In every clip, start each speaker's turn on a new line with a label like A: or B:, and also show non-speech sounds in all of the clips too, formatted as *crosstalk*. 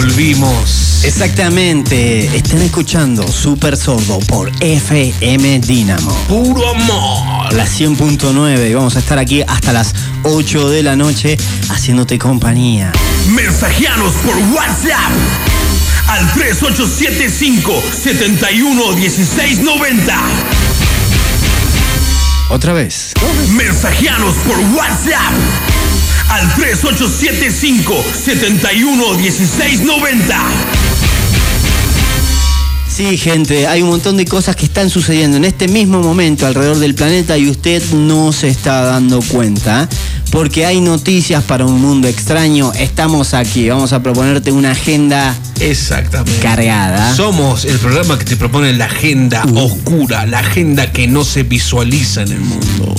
A: vivimos.
B: Exactamente, están escuchando Super Sordo por FM Dynamo.
A: Puro amor.
B: La 100.9 y vamos a estar aquí hasta las 8 de la noche haciéndote compañía.
A: Mensajeanos por WhatsApp al 3875 71 1690.
B: Otra vez.
A: Mensajeanos por WhatsApp al 3875 71 1690.
B: Sí, gente, hay un montón de cosas que están sucediendo en este mismo momento alrededor del planeta y usted no se está dando cuenta. Porque hay noticias para un mundo extraño. Estamos aquí. Vamos a proponerte una agenda
A: Exactamente.
B: cargada.
A: Somos el programa que te propone la agenda oscura, la agenda que no se visualiza en
B: *laughs*
A: el mundo.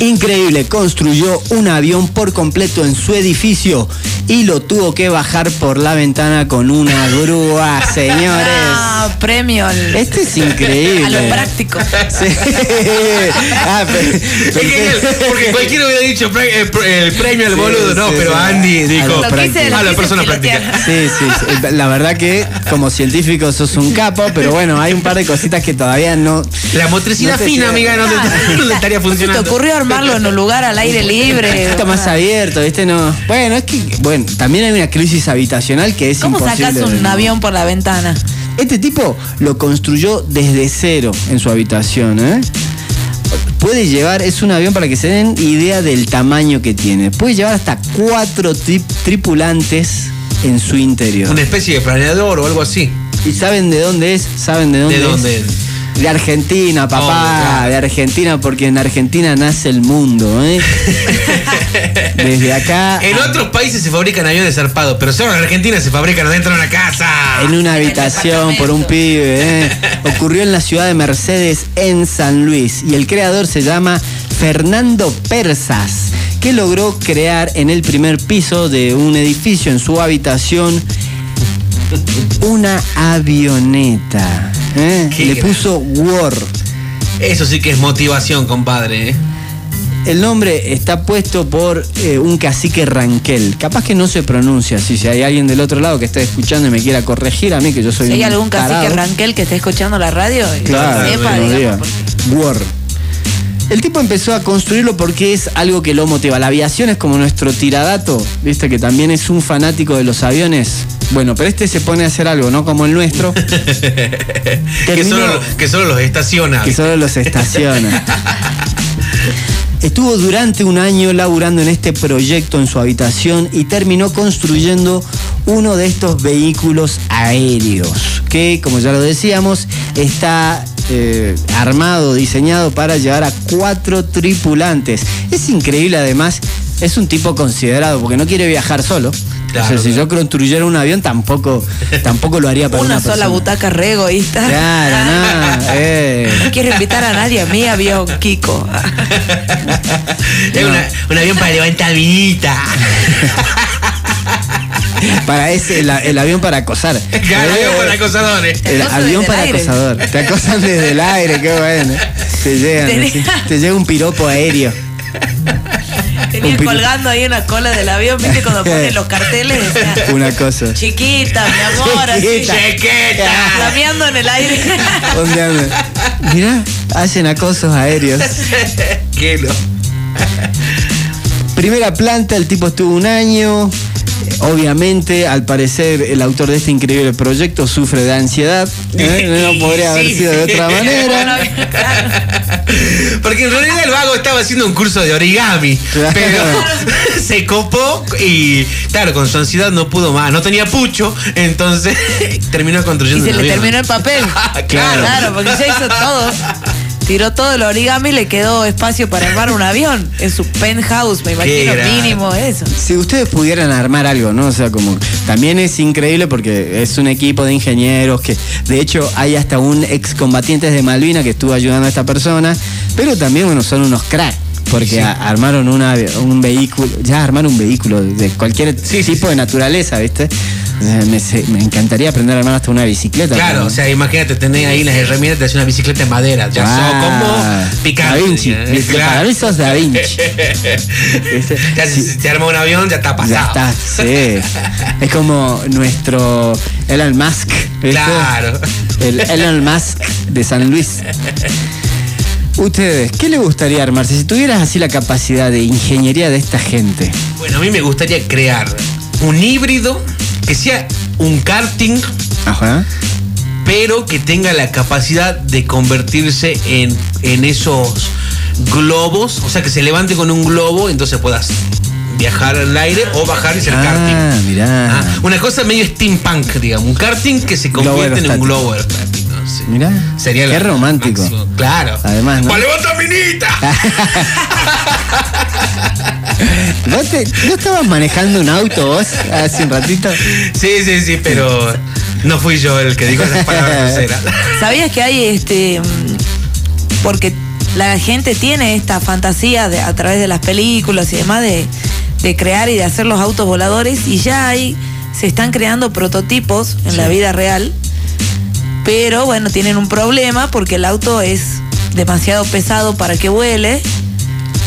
B: Increíble, construyó un avión por completo en su edificio y lo tuvo que bajar por la ventana con una
C: *laughs*
B: grúa, señores.
C: Ah, premio al-
B: Este es
C: a lo
B: increíble.
C: práctico.
B: Sí. Ah, pe-
A: Es que él- porque cualquiera hubiera dicho pre- eh, pre- el premio al
B: Sí,
A: boludo, no,
B: sí,
A: pero
B: sí.
A: Andy dijo
B: Lo
C: quise- lo
A: a la
C: quise
A: persona
C: pilotear".
A: práctica.
B: Sí, sí, sí. Eh, La verdad que como científico sos un capo, pero bueno, hay un par de cositas que todavía no...
A: La motricidad
B: No te
A: fina,
B: sirve.
A: amiga, no, te- *laughs* no te estaría
C: ¿No se te
A: funcionando.
C: ocurrió armarlo en un lugar al aire libre?
B: Está más abierto, ¿viste? No. Bueno, es que bueno, también hay una crisis habitacional que es
C: ¿Cómo
B: imposible.
C: sacas
B: de-
C: un avión por la ventana?
B: Este tipo lo construyó desde cero en su habitación, ¿eh? Puede llevar, es un avión para que se den idea del tamaño que tiene. Puede llevar hasta cuatro tri- tripulantes en su interior.
A: Una especie de planeador o algo así.
B: ¿Y saben de dónde es? ¿Saben de dónde
A: ¿De
B: es?
A: dónde es?
B: De Argentina,
A: Hombre,
B: papá,
A: claro.
B: de Argentina, porque en Argentina nace el mundo,
A: *laughs*
B: ¿eh? Desde acá,
A: En otros países se fabrican aviones zarpados, pero solo en Argentina se fabrican adentro de una casa.
B: en una habitación por un pibe, ¿eh? Ocurrió en la ciudad de Mercedes, en San Luis, y el creador se llama Fernando Persas, que logró crear en el primer piso de un edificio, en su habitación, una avioneta. ¿eh?
A: Qué
B: Le
A: gran-
B: puso War.
A: Eso sí que es motivación, compadre. ¿eh?
B: El nombre está puesto por eh, un cacique Ranquel. Capaz que no se pronuncia así. Si hay alguien del otro lado que esté escuchando y me quiera corregir a mí, que yo soy
C: Si hay
B: un
C: algún cacique
B: tarado.
C: Ranquel que esté escuchando la radio, y
B: Claro,
C: que sepa,
B: que nos
C: digamos,
B: diga.
C: porque-
B: War. El tipo empezó a construirlo porque es algo que lo motiva. La aviación es como nuestro tiradato, viste que también es un fanático de los aviones. Bueno, pero este se pone a hacer algo, no como el
C: *laughs*
B: nuestro,
A: Que
B: Terminó.
A: solo, que solo los estaciona.
B: que solo los estaciona. Estuvo durante un año laburando en este proyecto en su habitación y terminó construyendo uno de estos vehículos aéreos, que como ya lo decíamos, está eh, armado, diseñado para llevar a cuatro tripulantes. Es increíble además, es un tipo considerado porque no quiere viajar solo.
A: Claro,
B: o sea, si yo construyera un avión tampoco, tampoco lo haría para una,
C: Una sola
B: persona.
C: butaca re egoísta. *laughs*
B: Claro, no. eh.
C: No quiero invitar a nadie a mi avión, Kiko.
A: Es una- un avión para levantar vidita.
B: Para ese, el, el avión para acosar.
A: *laughs* *laughs*
B: *laughs*
A: Claro,
B: Eh,
A: avión
B: *laughs*
A: para acosadores.
B: El
C: acoso
B: avión
C: desde
B: para
C: el aire.
B: acosador. Te acosan desde el aire, qué bueno. Te llegan.
C: Tenía-
B: así. Te llega un piropo aéreo. Un
C: Tenía
B: pin-
C: colgando ahí una cola del avión,
B: *laughs*
C: viste cuando ponen los carteles, decía,
B: Una cosa.
C: chiquita, mi amor, así,
B: Chiquita.
A: ¡Chequeta!
C: flameando en el aire.
B: ¿Dónde anda? Mirá, hacen acosos aéreos.
A: *laughs* ¡Qué lo!
B: Primera planta, el tipo estuvo un año. Obviamente, al parecer, el autor de este increíble proyecto sufre de ansiedad.
C: *laughs*
B: ¿eh? No podría haber
A: Sí.
B: sido de otra
C: Bueno,
B: manera.
C: claro.
A: Porque en realidad el vago estaba haciendo un curso de origami.
B: Claro.
A: Pero se copó y, claro, con su ansiedad no pudo más. No tenía pucho, entonces *laughs* terminó
C: Y
A: construyendo
C: se
A: un
C: le
A: avión.
C: terminó el papel.
A: *laughs* Claro.
C: Claro, porque ya hizo todo. Tiró todo el origami y le quedó espacio para armar un avión. En su penthouse, me imagino,
A: grande.
C: mínimo eso.
B: Si ustedes pudieran armar algo, ¿no? O sea, como también es increíble porque es un equipo de ingenieros que, de hecho, hay hasta un excombatientes de Malvina que estuvo ayudando a esta persona, pero también, bueno, son unos cracks. Porque a- armaron una- un vehículo, ya armar un vehículo de cualquier
A: Sí, sí,
B: tipo de naturaleza, ¿viste? Eh, Me, se- me encantaría aprender a armar hasta una bicicleta.
A: Claro,
B: pero-
A: o sea, imagínate, tenés ahí las herramientas de hacer una bicicleta de madera. Ya
B: Ah,
A: sos como picante.
B: Da Vinci.
A: ¿eh?
B: viste,
A: *laughs* Claro.
B: Para mí sos Da
A: *laughs*
B: Vinci.
A: Ya si se te arma un avión, ya está
B: Ya
A: pasado.
B: está, sí. Es como nuestro Elon Musk. ¿viste?
A: Claro.
B: El Elon Musk de San Luis. Ustedes, ¿qué le gustaría armarse? Si tuvieras así la capacidad de ingeniería de esta gente.
A: Bueno, a mí me gustaría crear un híbrido que sea un karting,
B: Ajá.
A: pero que tenga la capacidad de convertirse en, en esos globos. O sea, que se levante con un globo, entonces puedas viajar al aire o bajar y ser karting.
B: Ah, mirá.
A: Ah, una cosa medio steampunk, digamos. Un karting que se
B: Globo
A: convierte en un
B: aerostático.
A: globo aerostático. sí.
B: Mirá,
A: Sería
B: qué
A: lo
B: romántico.
A: máximo, Claro.
B: Además, ¿no?
A: ¡Pa' levantar minita!
B: *laughs* ¿Vos te- ¿No estabas manejando un auto vos hace un ratito?
A: Sí, sí, sí, pero no fui yo el que dijo esas palabras groseras.
C: ¿Sabías que hay este. mm, Porque la gente tiene esta fantasía de- a través de las películas y demás de, de crear y de hacer los autos voladores y ya hay. Se están creando prototipos en la vida real. Pero bueno, tienen un problema porque el auto es demasiado pesado para que vuele.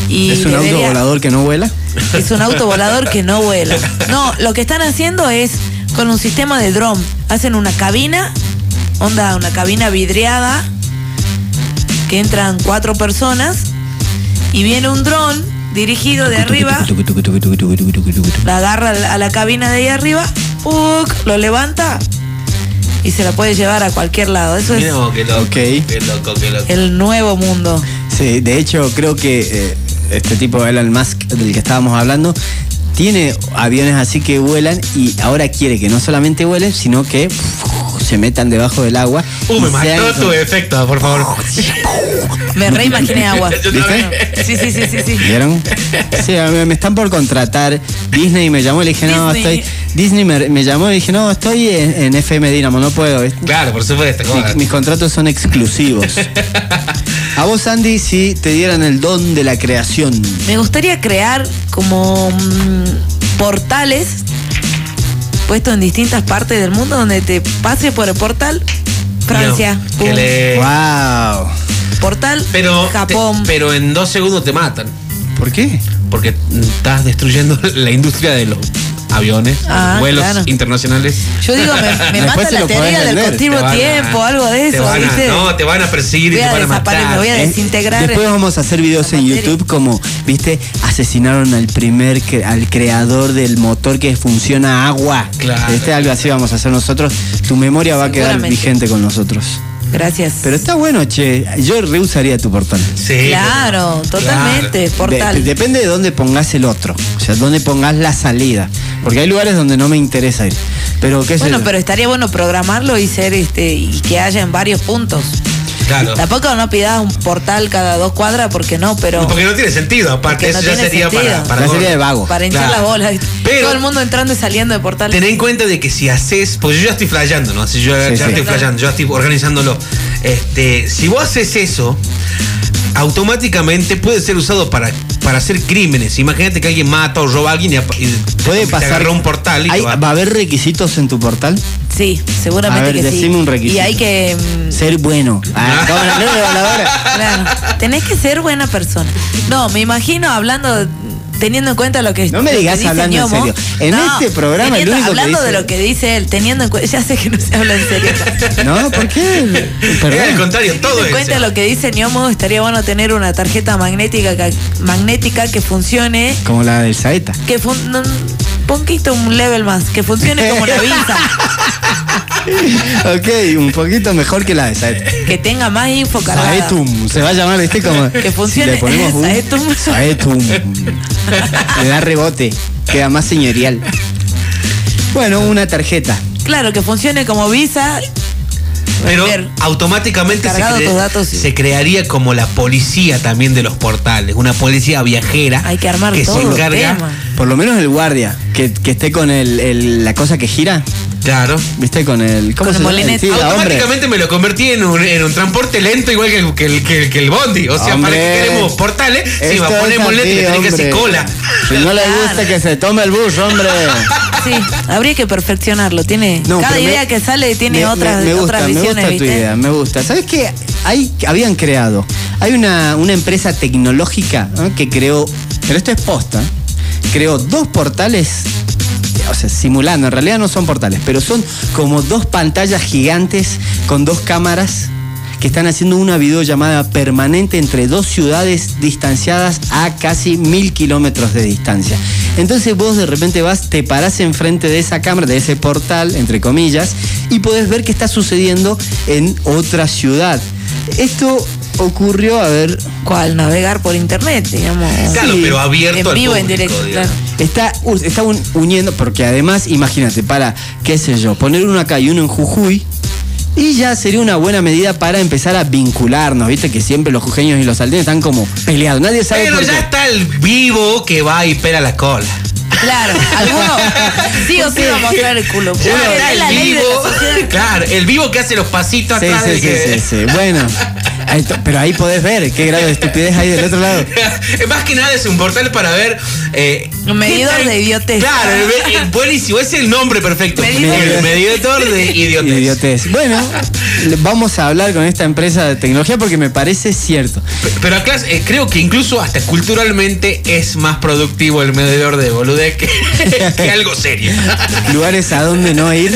C: Y
B: ¿Es un auto
C: debería-
B: volador que no vuela?
C: es un auto volador que no vuela. No, lo que están haciendo es con un sistema de drone. Hacen una cabina, onda, una cabina vidriada, que entran cuatro personas, y viene un dron dirigido de arriba, la agarra a la cabina de ahí arriba, ¡puc! lo levanta y se la puede llevar a cualquier lado. Eso es
A: Mira vos, qué
B: Pues,
A: loco,
B: Ok.
A: qué loco, qué loco.
C: el nuevo mundo.
B: Sí, de hecho creo que eh, este tipo Elon Musk del que estábamos hablando tiene aviones así que vuelan y ahora quiere que no solamente vuelen, sino que puf, se metan debajo del agua.
A: Uh, me
B: y sean
A: mató tu
B: con-
A: efecto, por
B: Oh,
A: favor.
C: Me reimaginé agua.
A: *laughs* Yo también.
C: Sí, sí, sí, sí, sí.
B: *laughs* ¿Vieron? Sí, a mí me están por contratar. Disney me llamó y le dije, no,
C: Disney.
B: estoy. Disney me, me llamó y dije, no, estoy en, en FM Dinamo, no puedo. ¿viste?
A: Claro, por supuesto. ¿cómo
B: Mi-
A: no?
B: mis contratos son exclusivos.
A: *laughs*
B: A vos, Andy, si te dieran el don de la creación.
C: Me gustaría crear como mm, portales puestos en distintas partes del mundo donde te pases por el portal Francia,
A: Mira,
C: pum,
A: que le-
B: ¡Wow!
C: portal
A: Pero, te-
C: Japón.
A: pero en dos segundos te matan.
B: ¿Por qué?
A: Porque estás destruyendo *laughs* la industria de los aviones,
C: Ah,
A: vuelos
C: claro.
A: internacionales.
C: Yo digo,
A: *laughs*
C: me- me,
B: Después
C: mata
B: se
C: la
B: lo
C: teoría
B: podés
C: del
B: vender,
A: Te
C: continuo
A: van a-
C: tiempo, algo de
A: te
C: eso,
A: van a-
C: ¿viste?
A: no, te van a perseguir y
C: Voy
A: te
C: a
A: van a
C: desaparecer,
A: matar.
C: me voy a- Eh, desintegrar
B: Eh, Después vamos a hacer videos en
C: materia.
B: YouTube como, viste, asesinaron al primer, cre- al creador del motor que funciona a agua.
A: Claro.
B: Este algo así vamos a hacer nosotros. Tu memoria va a quedar
C: Seguramente.
B: vigente con nosotros.
C: Gracias.
A: este
B: Pero está bueno, che. Yo reusaría tu portal.
A: Sí,
C: claro,
A: pero-
C: totalmente, portal.
B: De- depende de dónde pongas el otro. O sea, dónde pongas la salida. Porque hay lugares donde no me interesa ir. Pero qué sé
C: bueno,
B: yo.
C: pero estaría bueno programarlo y ser este y que haya en varios puntos.
A: Claro. claro.
C: Tampoco no pidas un portal cada dos cuadras porque no, pero
A: Porque no tiene sentido, aparte,
C: Porque
A: eso
C: no
A: ya
C: tiene
A: sería para,
C: sentido.
A: para
B: Ya sería
A: gordo.
B: de vago.
C: para hinchar
A: Claro.
C: las bolas.
A: Pero-
C: Todo el mundo entrando y saliendo de portales.
A: Ten en cuenta de que si haces, porque yo ya estoy flayando, ¿no? Si yo
B: Sí,
A: ya
B: sí.
A: estoy flayando, yo estoy organizándolo. Este, si vos haces eso, automáticamente puede ser usado para, para hacer crímenes. Imagínate que alguien mata o roba a alguien y, ap- y
B: Puede
A: te
B: pasar.
A: agarró un portal y
B: Hay-
A: te va.
B: ¿Va a haber requisitos en tu portal?
C: Sí, seguramente
B: A ver,
C: que sí.
B: decime un requisito.
C: Y hay que. mm,
B: Ser bueno.
A: *laughs*
C: *laughs*
B: Ah, ¿cómo no? No, no, no, no, no.
C: claro, tenés que ser buena persona. No, me imagino hablando. Teniendo en cuenta lo que
B: No me
C: lo que
B: digas
C: dice
B: hablando en
C: Ñomo.
B: serio. En este programa, el
C: teniendo-
B: único que
C: hablando
B: dice-
C: de lo que dice él, teniendo en cuenta, ya sé que no se habla
B: *laughs*
C: en serio.
B: No, ¿por qué?
A: Eh, al
B: Perdón.
A: contrario, todo
C: teniendo en cuenta
A: eso.
C: lo que dice Ñomo, estaría bueno tener una tarjeta magnética que, magnética que funcione
B: Como la del Saeta.
C: que fun no, poquito un level más, que funcione
B: *laughs*
C: como la visa,
B: Ok, un poquito mejor que la de Saeta.
C: que tenga más info cargada.
B: Saetum, se va a llamar este como.
C: Que funcione.
B: Si le ponemos un-
C: Saetum.
B: Saetum. Le da rebote. Queda más señorial. Bueno, una tarjeta.
C: Claro, que funcione como visa.
A: Pero
C: Ver,
A: automáticamente se,
C: Cargado
A: cre-
C: tus datos, sí.
A: se crearía como la policía también de los portales, una policía viajera
C: Hay que armar todo
A: se
C: el
A: encarga,
C: tema.
B: Por lo menos el guardia, que, que esté con el, el- la cosa que gira,
A: claro.
B: ¿viste? Con el. ¿Cómo
C: Con el
B: se llama? Sí,
C: molinete.
B: la hombre.
A: Automáticamente me lo convertí en un, en un transporte lento igual que el, que el, que el- que el bondi. O sea,
B: Hombre.
A: para que queremos portales, si
B: Esto
A: me
B: es
A: ponemos
B: así,
A: lento, le tenés que hacer
B: hombre.
A: cola.
B: Si no le gusta que se tome el bus, hombre.
C: sí, habría que perfeccionarlo. Tiene
B: No,
C: cada
B: pero me-
C: idea que sale tiene
B: me-
C: otras,
B: me, me gusta,
C: otras
B: me
C: visiones,
B: gusta
C: ¿viste?
B: tu idea, me gusta. ¿Sabes qué? Hay, habían creado, hay una, una empresa tecnológica ¿no? que creó, pero esto es posta, creó dos portales, o sea, simulando, en realidad no son portales, pero son como dos pantallas gigantes con dos cámaras que están haciendo una videollamada permanente entre dos ciudades distanciadas a casi mil kilómetros de distancia. Entonces vos de repente vas, te parás enfrente de esa cámara, de ese portal, entre comillas, y podés ver qué está sucediendo en otra ciudad. Esto ocurrió, a ver,
C: ¿Cuál? Navegar por internet, digamos.
A: Claro,
B: Sí.
A: pero abierto
C: en vivo,
A: al
C: en
A: público,
C: directo.
A: digamos.
C: claro.
B: Está, u- está un- uniendo, porque además, imagínate, para, qué sé yo, poner uno acá y uno en Jujuy, y ya sería una buena medida para empezar a vincularnos, viste que siempre los jujeños y los salteños están como peleados, nadie sabe
A: Pero
B: por
A: ya
B: qué.
A: está el vivo que va y pela la cola.
C: Claro,
A: *laughs*
C: alguno sí o sí va a mostrar el culo.
A: Ya
C: Porque
A: está
C: es la
A: el
C: ley de
A: vivo.
C: la sociedad.
A: Claro, el vivo que hace los pasitos
B: Sí,
A: atrás
B: sí,
A: de
B: sí,
A: que-
B: sí, sí. Bueno, ahí to- pero ahí podés ver qué grado de estupidez hay del otro lado.
A: *laughs* Más que nada es un portal para ver. Eh,
C: Medidor
A: ¿qué tal?
C: de idiotez.
A: Claro, eh, eh, buenísimo, es el nombre perfecto.
C: Medidor.
A: El medidor de
B: *laughs*
A: idiotez.
B: Idiotez. Bueno, le- vamos a hablar con esta empresa de tecnología porque me parece cierto.
A: Pe- Pero acá eh, creo que incluso hasta culturalmente es más productivo el medidor de boludez que, *laughs* que algo serio. *laughs*
B: Lugares a donde no ir.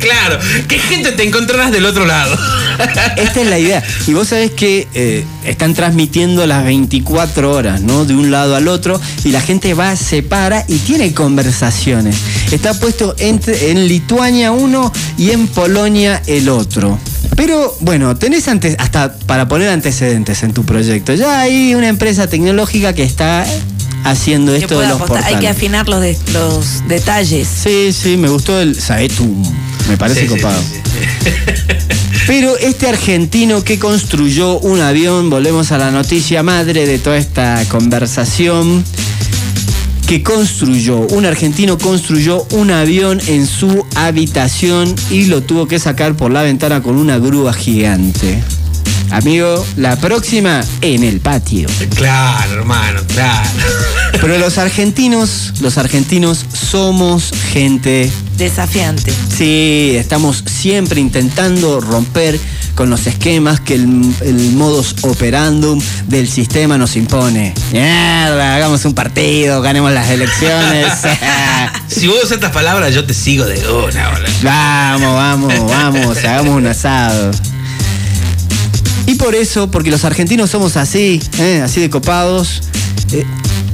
A: claro, ¿qué gente te encontrarás del otro lado? *laughs*
B: Esta es la idea. Y vos sabés que eh, están transmitiendo las 24 horas, ¿no? De un lado al otro. Y la gente va, se para y tiene conversaciones. Está puesto entre- en Lituania uno y en Polonia el otro. Pero bueno, tenés antes, hasta para poner antecedentes en tu proyecto. Ya hay una empresa tecnológica que está haciendo
C: Que
B: esto de
C: pueda
B: los
C: apostar. Hay que
B: portales.
C: afinar los, de- los detalles.
B: Sí, sí, me gustó el Saetum. Me parece
A: Sí, sí,
B: copado.
A: sí, sí. *laughs*
B: Pero este argentino que construyó un avión, volvemos a la noticia madre de toda esta conversación, que construyó, un argentino construyó un avión en su habitación y lo tuvo que sacar por la ventana con una grúa gigante. Amigo, la próxima en el patio.
A: Claro, hermano, claro.
B: Pero los argentinos, los argentinos somos gente
C: Desafiante.
B: Sí, estamos siempre intentando romper con los esquemas que el, el modus operandum del sistema nos impone. Mierda, hagamos un partido, ganemos las elecciones.
A: Si vos usas estas palabras, yo te sigo de una, boludo.
B: vamos,
A: *laughs*
B: vamos, vamos, hagamos un asado. Y por eso, porque los argentinos somos así, ¿eh? así de copados, eh,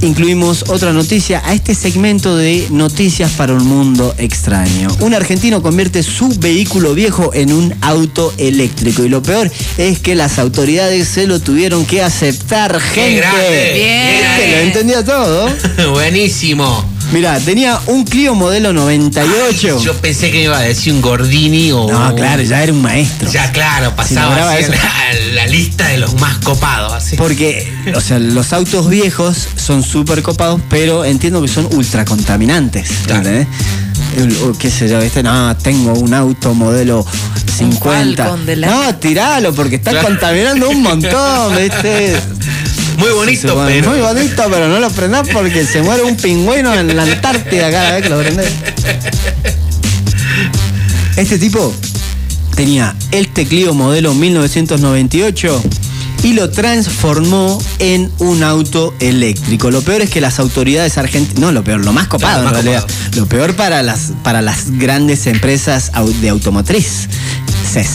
B: incluimos otra noticia a este segmento de Noticias para un Mundo Extraño. Un argentino convierte su vehículo viejo en un auto eléctrico. Y lo peor es que las autoridades se lo tuvieron que aceptar, gente.
A: grande!
C: Bien.
B: Que lo entendió todo.
A: *laughs* Buenísimo.
B: Mirá, tenía un Clio modelo 98.
A: Yo pensé que me iba a decir un Gordini o.
B: No,
A: un-
B: claro, ya era un maestro.
A: Ya, claro,
B: lograba
A: pasaba así a
B: eso.
A: la, la lista de los más copados. Así.
B: Porque, o sea, los autos viejos son súper copados, pero entiendo que son ultra contaminantes.
A: Claro.
B: ¿entendés? El- o qué sé yo, este, no, tengo un auto modelo 50.
C: Falcon de la-
B: No, tiralo, porque está
A: Claro.
B: contaminando un montón, ¿viste?
C: *laughs*
A: Muy
B: Se
A: bonito,
B: supone,
A: pero. *laughs*
B: Muy bonito, pero no lo prendás porque se muere un pingüino en la Antártida cada vez que lo prendés. Este tipo tenía el teclío modelo 1998 y lo transformó en un auto eléctrico. Lo peor es que las autoridades argentinas. No, lo peor, lo más copado
A: Lo más
B: en realidad. Lo peor para las, para las grandes empresas au- de automotriz. CES.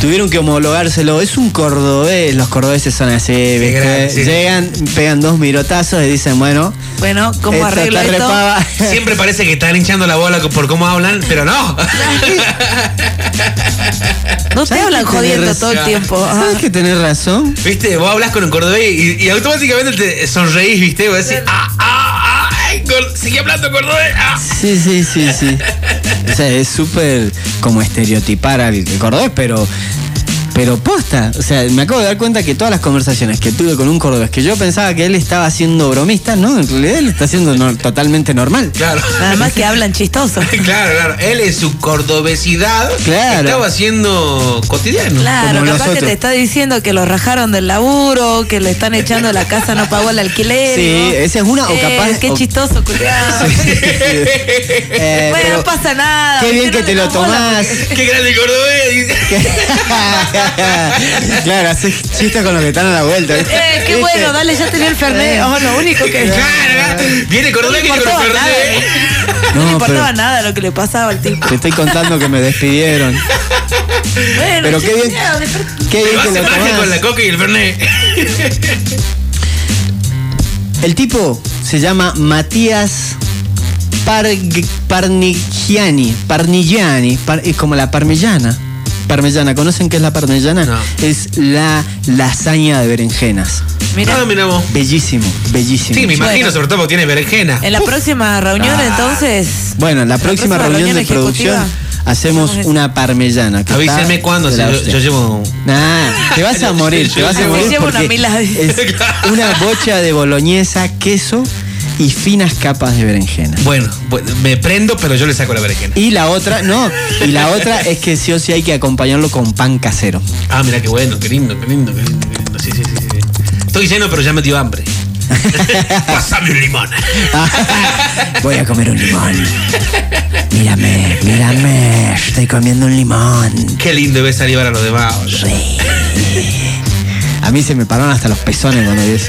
B: Tuvieron que homologárselo. Es un cordobés. Los cordobeses son así, ¿viste?
A: grande, sí.
B: Llegan, pegan dos mirotazos y dicen, bueno,
C: Bueno, ¿cómo
B: esta
C: arreglo
B: está
C: esto? *laughs*
B: repava.
A: Siempre parece que están hinchando la bola por cómo hablan, pero no.
C: No te
B: ¿Sabes
C: hablan
B: que tenés
C: jodiendo
B: razón?
C: todo el tiempo. Ah.
B: ¿Sabes que tenés razón?
A: Viste, vos hablas con un cordobés y, y automáticamente te sonreís, viste, vos decís, ah, ah, ah, ay, cor- sigue hablando cordobés. ah".
B: Sí, sí, sí, sí. O sea, es súper como estereotipar al cordobés, pero Pero posta, o sea, me acabo de dar cuenta que todas las conversaciones que tuve con un cordobés que yo pensaba que él estaba siendo bromista, no, en realidad él está siendo no- totalmente
C: *laughs*
B: normal. *laughs*
A: Claro.
C: Nada más que hablan chistoso.
A: *laughs* Claro, claro. Él es su cordobesidad
B: Claro.
A: estaba haciendo cotidiano.
C: Claro,
B: Como
C: capaz
B: nosotros.
C: que te está diciendo que lo rajaron del laburo, que le están echando la casa, no pagó el alquiler.
B: Sí,
C: ¿no?
B: esa es una, o
C: Eh,
B: capaz-
C: Qué
B: o-
C: chistoso,
B: *laughs*
C: culiado.
B: Eh,
C: bueno,
B: pero
C: no pasa nada.
B: Qué bien que
C: ¿viste? No
B: te
C: le
B: lo
C: das bola,
B: tomás.
A: Qué grande el cordobés. dice.
B: *laughs* claro, haces chistes con los que están a la vuelta. ¿viste?
C: Eh, qué
B: ¿Viste?
C: bueno, dale, ya tenía el Fernet.
B: Eh.
C: Oh, lo único que.
B: *laughs*
A: Claro, claro. Viene el
C: No le
A: cordobés que con
C: importaba nada. eh.
A: Fernet.
C: No, le
B: No,
C: importaba
B: pero-
C: nada lo que le pasaba al tipo.
B: Te estoy contando que me despidieron.
C: Bueno,
B: Pero qué bien,
C: chisteado, de per-
B: qué
A: Lo
B: bien que lo
A: hace magia con la
B: tomás.
A: coca y el Fernet.
B: El tipo se llama Matías Parg- Parnigiani. Parnigiani. par- es como la parmellana. Parmellana. ¿Conocen qué es la parmellana?
A: No.
B: Es la lasaña de berenjenas.
C: Mira,
A: Ah, mira vos.
B: Bellísimo, bellísimo.
A: Sí, me imagino,
C: Bueno.
A: sobre todo porque tiene berenjena.
C: en la próxima reunión,
B: Ah.
C: entonces.
B: Bueno, la próxima, reunión, de
C: ejecutiva,
B: producción hacemos
C: hacemos eso.
B: una parmellana. que
A: Avísenme
B: está
A: cuándo.
B: Ah, de
A: si
B: la
A: Yo,
B: hostia.
A: yo llevo.
B: Nah, te vas a
A: Yo-
B: morir,
A: yo-
B: te vas a
A: yo-
B: morir.
C: llevo una
B: porque
C: mila de-
B: es una bocha de boloñesa, queso y finas capas de berenjena.
A: Bueno, bueno, me prendo, pero yo le saco la berenjena.
B: Y la otra, no, y la otra es que sí o sí hay que acompañarlo con pan casero.
A: Ah, mira qué bueno, qué lindo, qué lindo, qué lindo. Qué lindo. Sí, sí, sí, sí, sí. Estoy lleno, pero ya me dio hambre. Pasame un limón. Ah,
B: Voy a comer un limón. Mírame, mírame, estoy comiendo un limón.
A: Qué lindo ves salivar a los demás. boludo.
B: A mí se me pararon hasta los pezones cuando vi eso.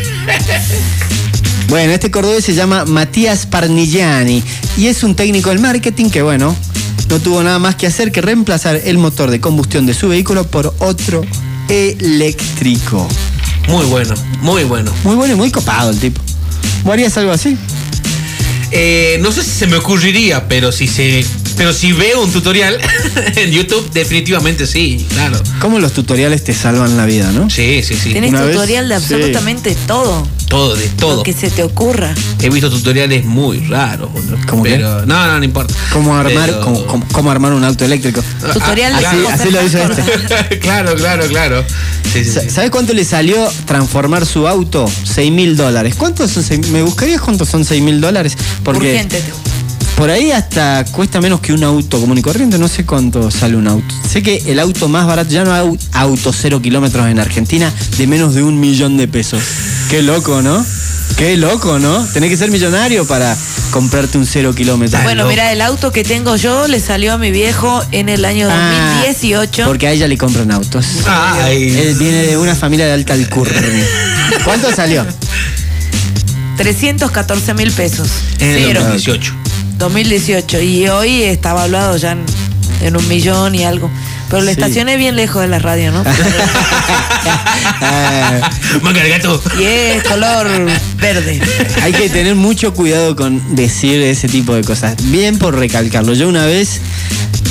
B: Bueno, este cordobés se llama Matías Parnigiani y es un técnico del marketing que, bueno, no tuvo nada más que hacer que reemplazar el motor de combustión de su vehículo por otro eléctrico.
A: Muy bueno, muy bueno.
B: Muy bueno y muy copado el tipo. ¿Vos harías algo así?
A: Eh, no sé si se me ocurriría, pero si se. Pero si veo un tutorial *laughs* en YouTube, definitivamente sí, claro.
B: Como los tutoriales te salvan la vida, ¿no?
A: Sí, sí, sí.
C: Tenés
B: Una vez,
C: tutorial de
B: sí.
C: absolutamente todo.
A: Todo, de todo.
C: Lo que se te ocurra.
A: He visto tutoriales muy raros, boludo.
B: ¿Cómo qué?
A: pero. No, no, no importa.
B: Cómo armar,
A: Pero-
B: cómo- cómo- cómo armar un auto eléctrico.
C: Tutorial
A: Ah,
C: de
A: así-
C: cómo
B: así
C: hacer
B: lo hizo
C: tacos.
B: este.
A: *laughs* claro, claro, claro. Sí, sí, sí.
B: ¿Sabes cuánto le salió transformar su auto? 6 mil dólares. ¿Cuántos son seis- ¿Me buscarías cuántos son 6 mil dólares? Porque
C: Urgente.
B: por ahí hasta cuesta menos que un auto común y corriente. No sé cuánto sale un auto. Sé que el auto más barato, ya no hay au- auto cero kilómetros en Argentina, de menos de un millón de pesos. Qué loco, ¿no? Qué loco, ¿no? Tenés que ser millonario para comprarte un cero kilómetro.
C: Bueno,
A: loco.
C: mira, el auto que tengo yo le salió a mi viejo en el año
B: Ah,
C: 2018.
B: Porque a ella le compran autos.
A: Ay.
B: Él viene de una familia de alta alcurnia. ¿Cuánto
C: *laughs*
B: salió?
C: 314 mil pesos.
A: En
B: Eh,
A: el
C: Cero.
A: 2018.
C: 2018. Y hoy está evaluado ya en, en un millón y algo. Pero lo
B: Sí.
C: estacioné bien lejos de la radio,
B: *laughs*
C: ¿no?
B: Eh,
A: *laughs* Manga el gato.
C: y es color verde.
B: hay que tener mucho cuidado con decir ese tipo de cosas. Bien por recalcarlo. Yo una vez,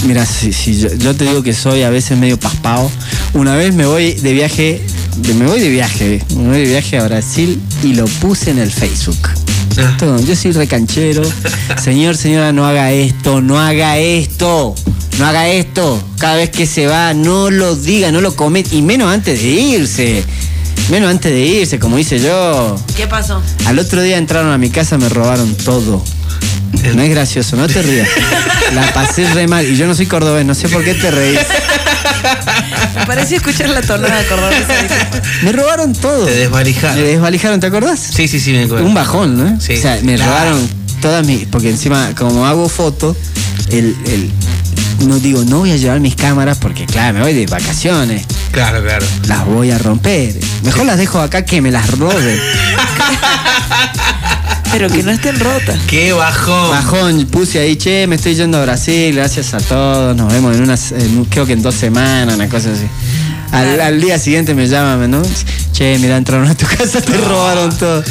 B: mira, si, si yo, yo te digo que soy a veces medio paspado, una vez me voy de viaje, de- me voy de viaje, me voy de viaje a Brasil y lo puse en el Facebook.
A: Ah.
B: Todo, yo soy recanchero. Señor, señora, no haga esto, no haga esto, no haga esto. Cada vez que se va, no lo diga, no lo cometa, y menos antes de irse. Menos antes de irse, como hice yo.
C: ¿Qué pasó?
B: Al otro día entraron a mi casa, me robaron todo. No es gracioso, no te rías. La pasé re mal y yo no soy cordobés, no sé por qué te reís.
C: Me pareció escuchar la tornada cordobesa.
B: Me robaron todo.
A: Te desvalijaron.
B: Me desvalijaron, ¿te acordás?
A: Sí, sí, sí, me acuerdo.
B: Un bajón, ¿no?
A: Sí.
B: O sea, me
A: Claro.
B: robaron todas mis. Porque encima, como hago fotos, el, el- no digo, no voy a llevar mis cámaras porque, claro, me voy de vacaciones.
A: Claro, claro.
B: Las voy a romper. Mejor las dejo acá que me las roben.
C: Pero que no estén rotas.
A: Qué bajón.
B: Bajón, puse ahí, che, me estoy yendo a Brasil, gracias a todos, nos vemos en unas, en- creo que en dos semanas, una cosa así. Al, al día siguiente me llaman, ¿no? Che, mira, entraron a tu casa, te robaron todo.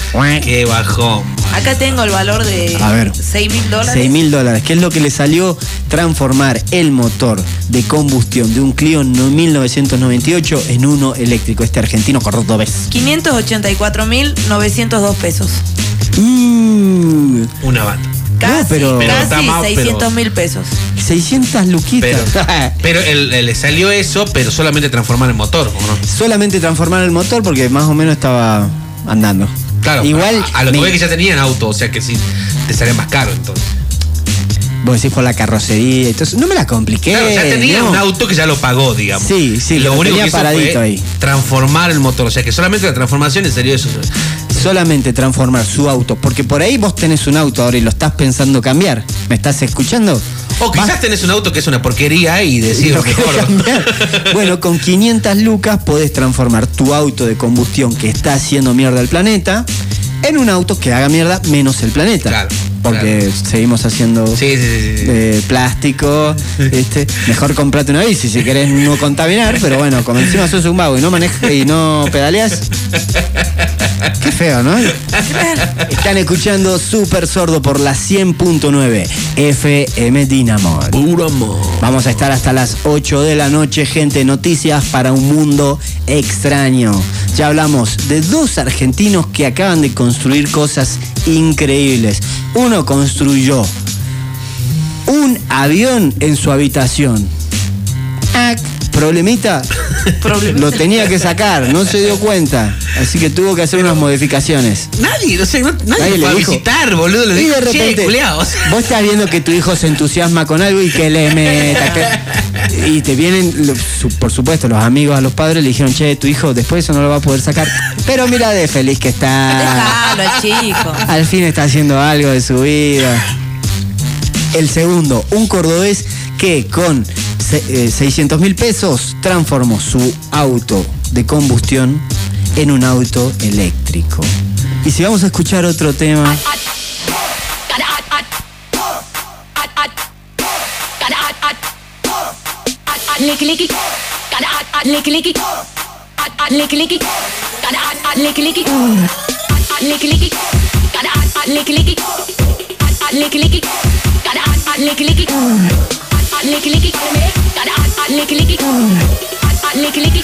A: Qué bajón.
C: Acá tengo el valor de
B: A ver.
C: 6 mil dólares.
B: 6 mil dólares, que es lo que le salió transformar el motor de combustión de un Clio no- 1998 en uno eléctrico, este argentino cordobés.
C: 584 mil 902 pesos.
B: Mm,
A: Una banda.
C: Casi,
B: pero-
A: Pero está
C: casi
A: más, pero-
C: 600 mil pesos.
B: 600
A: Pero,
B: luquitas. *laughs*
A: pero el- el- le salió eso, pero solamente transformar el motor, ¿o no?
B: Solamente transformar el motor porque más o menos estaba andando.
A: Claro,
B: Igual.
A: a, a lo que
B: me-
A: ve que ya tenían auto, o sea que sí, te sale más caro entonces.
B: Vos decís por la carrocería, entonces no me la compliqué.
A: Claro, ya tenía
B: no.
A: un auto que ya lo pagó, digamos.
B: Sí, sí,
A: lo
B: lo
A: único
B: tenía
A: que hizo
B: paradito
A: fue
B: ahí.
A: transformar el motor, o sea que solamente la transformación en serio eso.
B: Solamente transformar su auto, porque por ahí vos tenés un auto ahora y lo estás pensando cambiar. ¿Me estás escuchando?
A: O quizás tenés un auto que es una porquería y
B: Y
A: decís
B: lo quiero *laughs*
A: mejor. *laughs*
B: cambiar. bueno, con 500 lucas podés transformar tu auto de combustión que está haciendo mierda al planeta en un auto que haga mierda menos el planeta.
A: Claro,
B: Porque seguimos haciendo
A: Sí, sí, sí, sí.
B: eh, plástico. este, Mejor comprate una bici si querés no contaminar, pero bueno, como encima sos un vago y no manejas y no pedaleas. Qué feo, ¿no? Están escuchando Super Sordo por la 100.9 FM Dinamo.
A: Puro amor.
B: Vamos a estar hasta las 8 de la noche, gente. Noticias para un mundo extraño. Ya hablamos de dos argentinos que acaban de construir cosas increíbles. Uno construyó un avión en su habitación. Ac, Problemita. Lo tenía que sacar, no se dio cuenta. Así que tuvo que hacer unas modificaciones.
A: Nadie, no sé, no- nadie,
B: Nadie
A: lo
B: le
A: fue a
B: dijo.
A: visitar, boludo. Le
B: Y
A: dijo,
B: de
A: che,
B: repente,
A: culiao", o sea,
B: vos estás viendo que tu hijo se entusiasma con algo y que le meta. que- y te vienen, lo- su- por supuesto, los amigos a los padres le dijeron, che, tu hijo después eso no lo va a poder sacar. Pero mira de feliz que
C: *laughs*
B: está.
C: Déjalo al chico.
B: *laughs* Al fin está haciendo algo de su vida. El segundo, un cordobés que con 600 mil pesos transformó su auto de combustión en un auto eléctrico. Y si vamos a escuchar otro tema...
D: Lick licky, gotta hot hot lick licky, hot hot lick licky, gotta hot hot lick licky, hot hot lick licky, gotta hot hot lick licky, hot hot lick licky, gotta hot hot lick licky, hot hot lick licky, gotta hot hot lick licky, hot hot lick licky,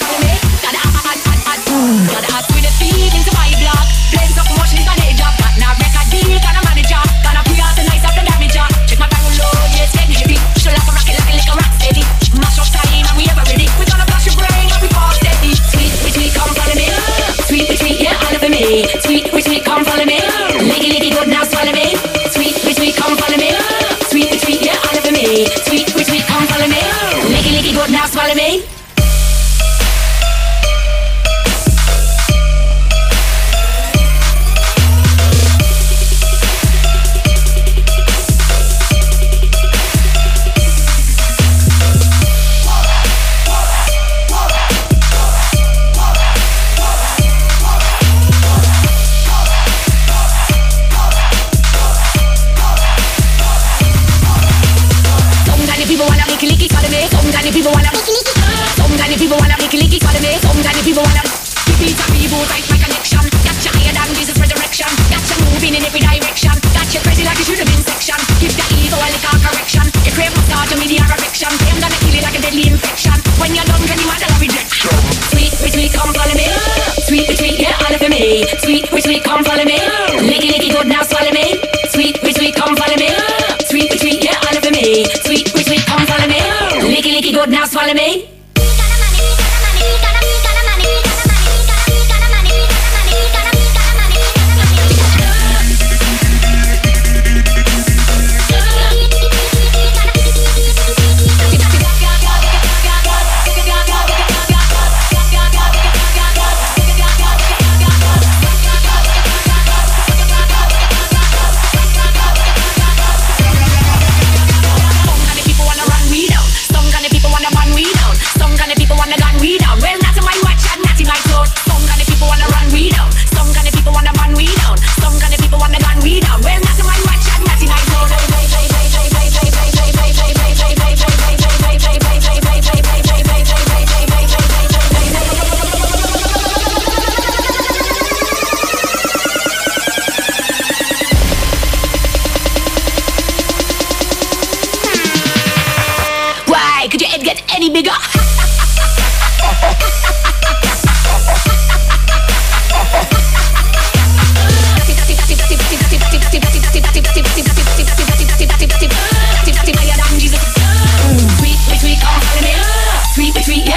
D: gotta hot hot hot hot, gotta hot with the feet into my block, blaze up motion is an age up, but now make a deal, gonna manage up, gonna put out the nice up and damage up, check my barrel load, yes, get me jippy, show like a rocket, like a lick a rock steady, mash up time and we ever ready, we gonna blast your brain and we fall steady, sweet, sweet, sweet, come follow me, sweet, sweet, sweet, yeah, all over me, sweet, sweet, sweet, come follow me, licky, licky, good, now swallow me, sweet, sweet, sweet, come follow me, sweet, sweet, sweet, yeah, all over me, sweet, sweet, sweet, come follow me, licky, licky, good, now swallow me. Some kind of people wanna licky licky follow me. Some kind of people wanna licky licky. Some kind of people wanna licky licky follow me. Some kind of people wanna repeat and reboot right my connection. Gotcha higher than Jesus resurrection. Gotcha moving in every direction. Gotcha crazy like you should have been section. Give that ego a little correction. You crave massage, you need the erection. I'm gonna kill you like a deadly infection. When you're done, can you handle a rejection? Sweet, sweet, sweet, come follow me. Sweet, sweet, sweet, yeah, all over me. Sweet, sweet, sweet, come follow me. Licky licky, good now swallow me. Sweet, sweet, sweet, come follow me. Sweet, sweet, sweet, yeah, all over me. Sweet, sweet, sweet, come follow me. Licky licky, good now swallow me. Some kind of people wanna run we down. Some kind of people wanna run we down. Some kind of people wanna gun we down. Well, not in my watch and not in my clothes. Some kind of people wanna run we down. Some kind of people wanna run we down. Some kind of people wanna gun we down. Well, not in my watch and not in my clothes. Why could your head get any bigger? Treat, treat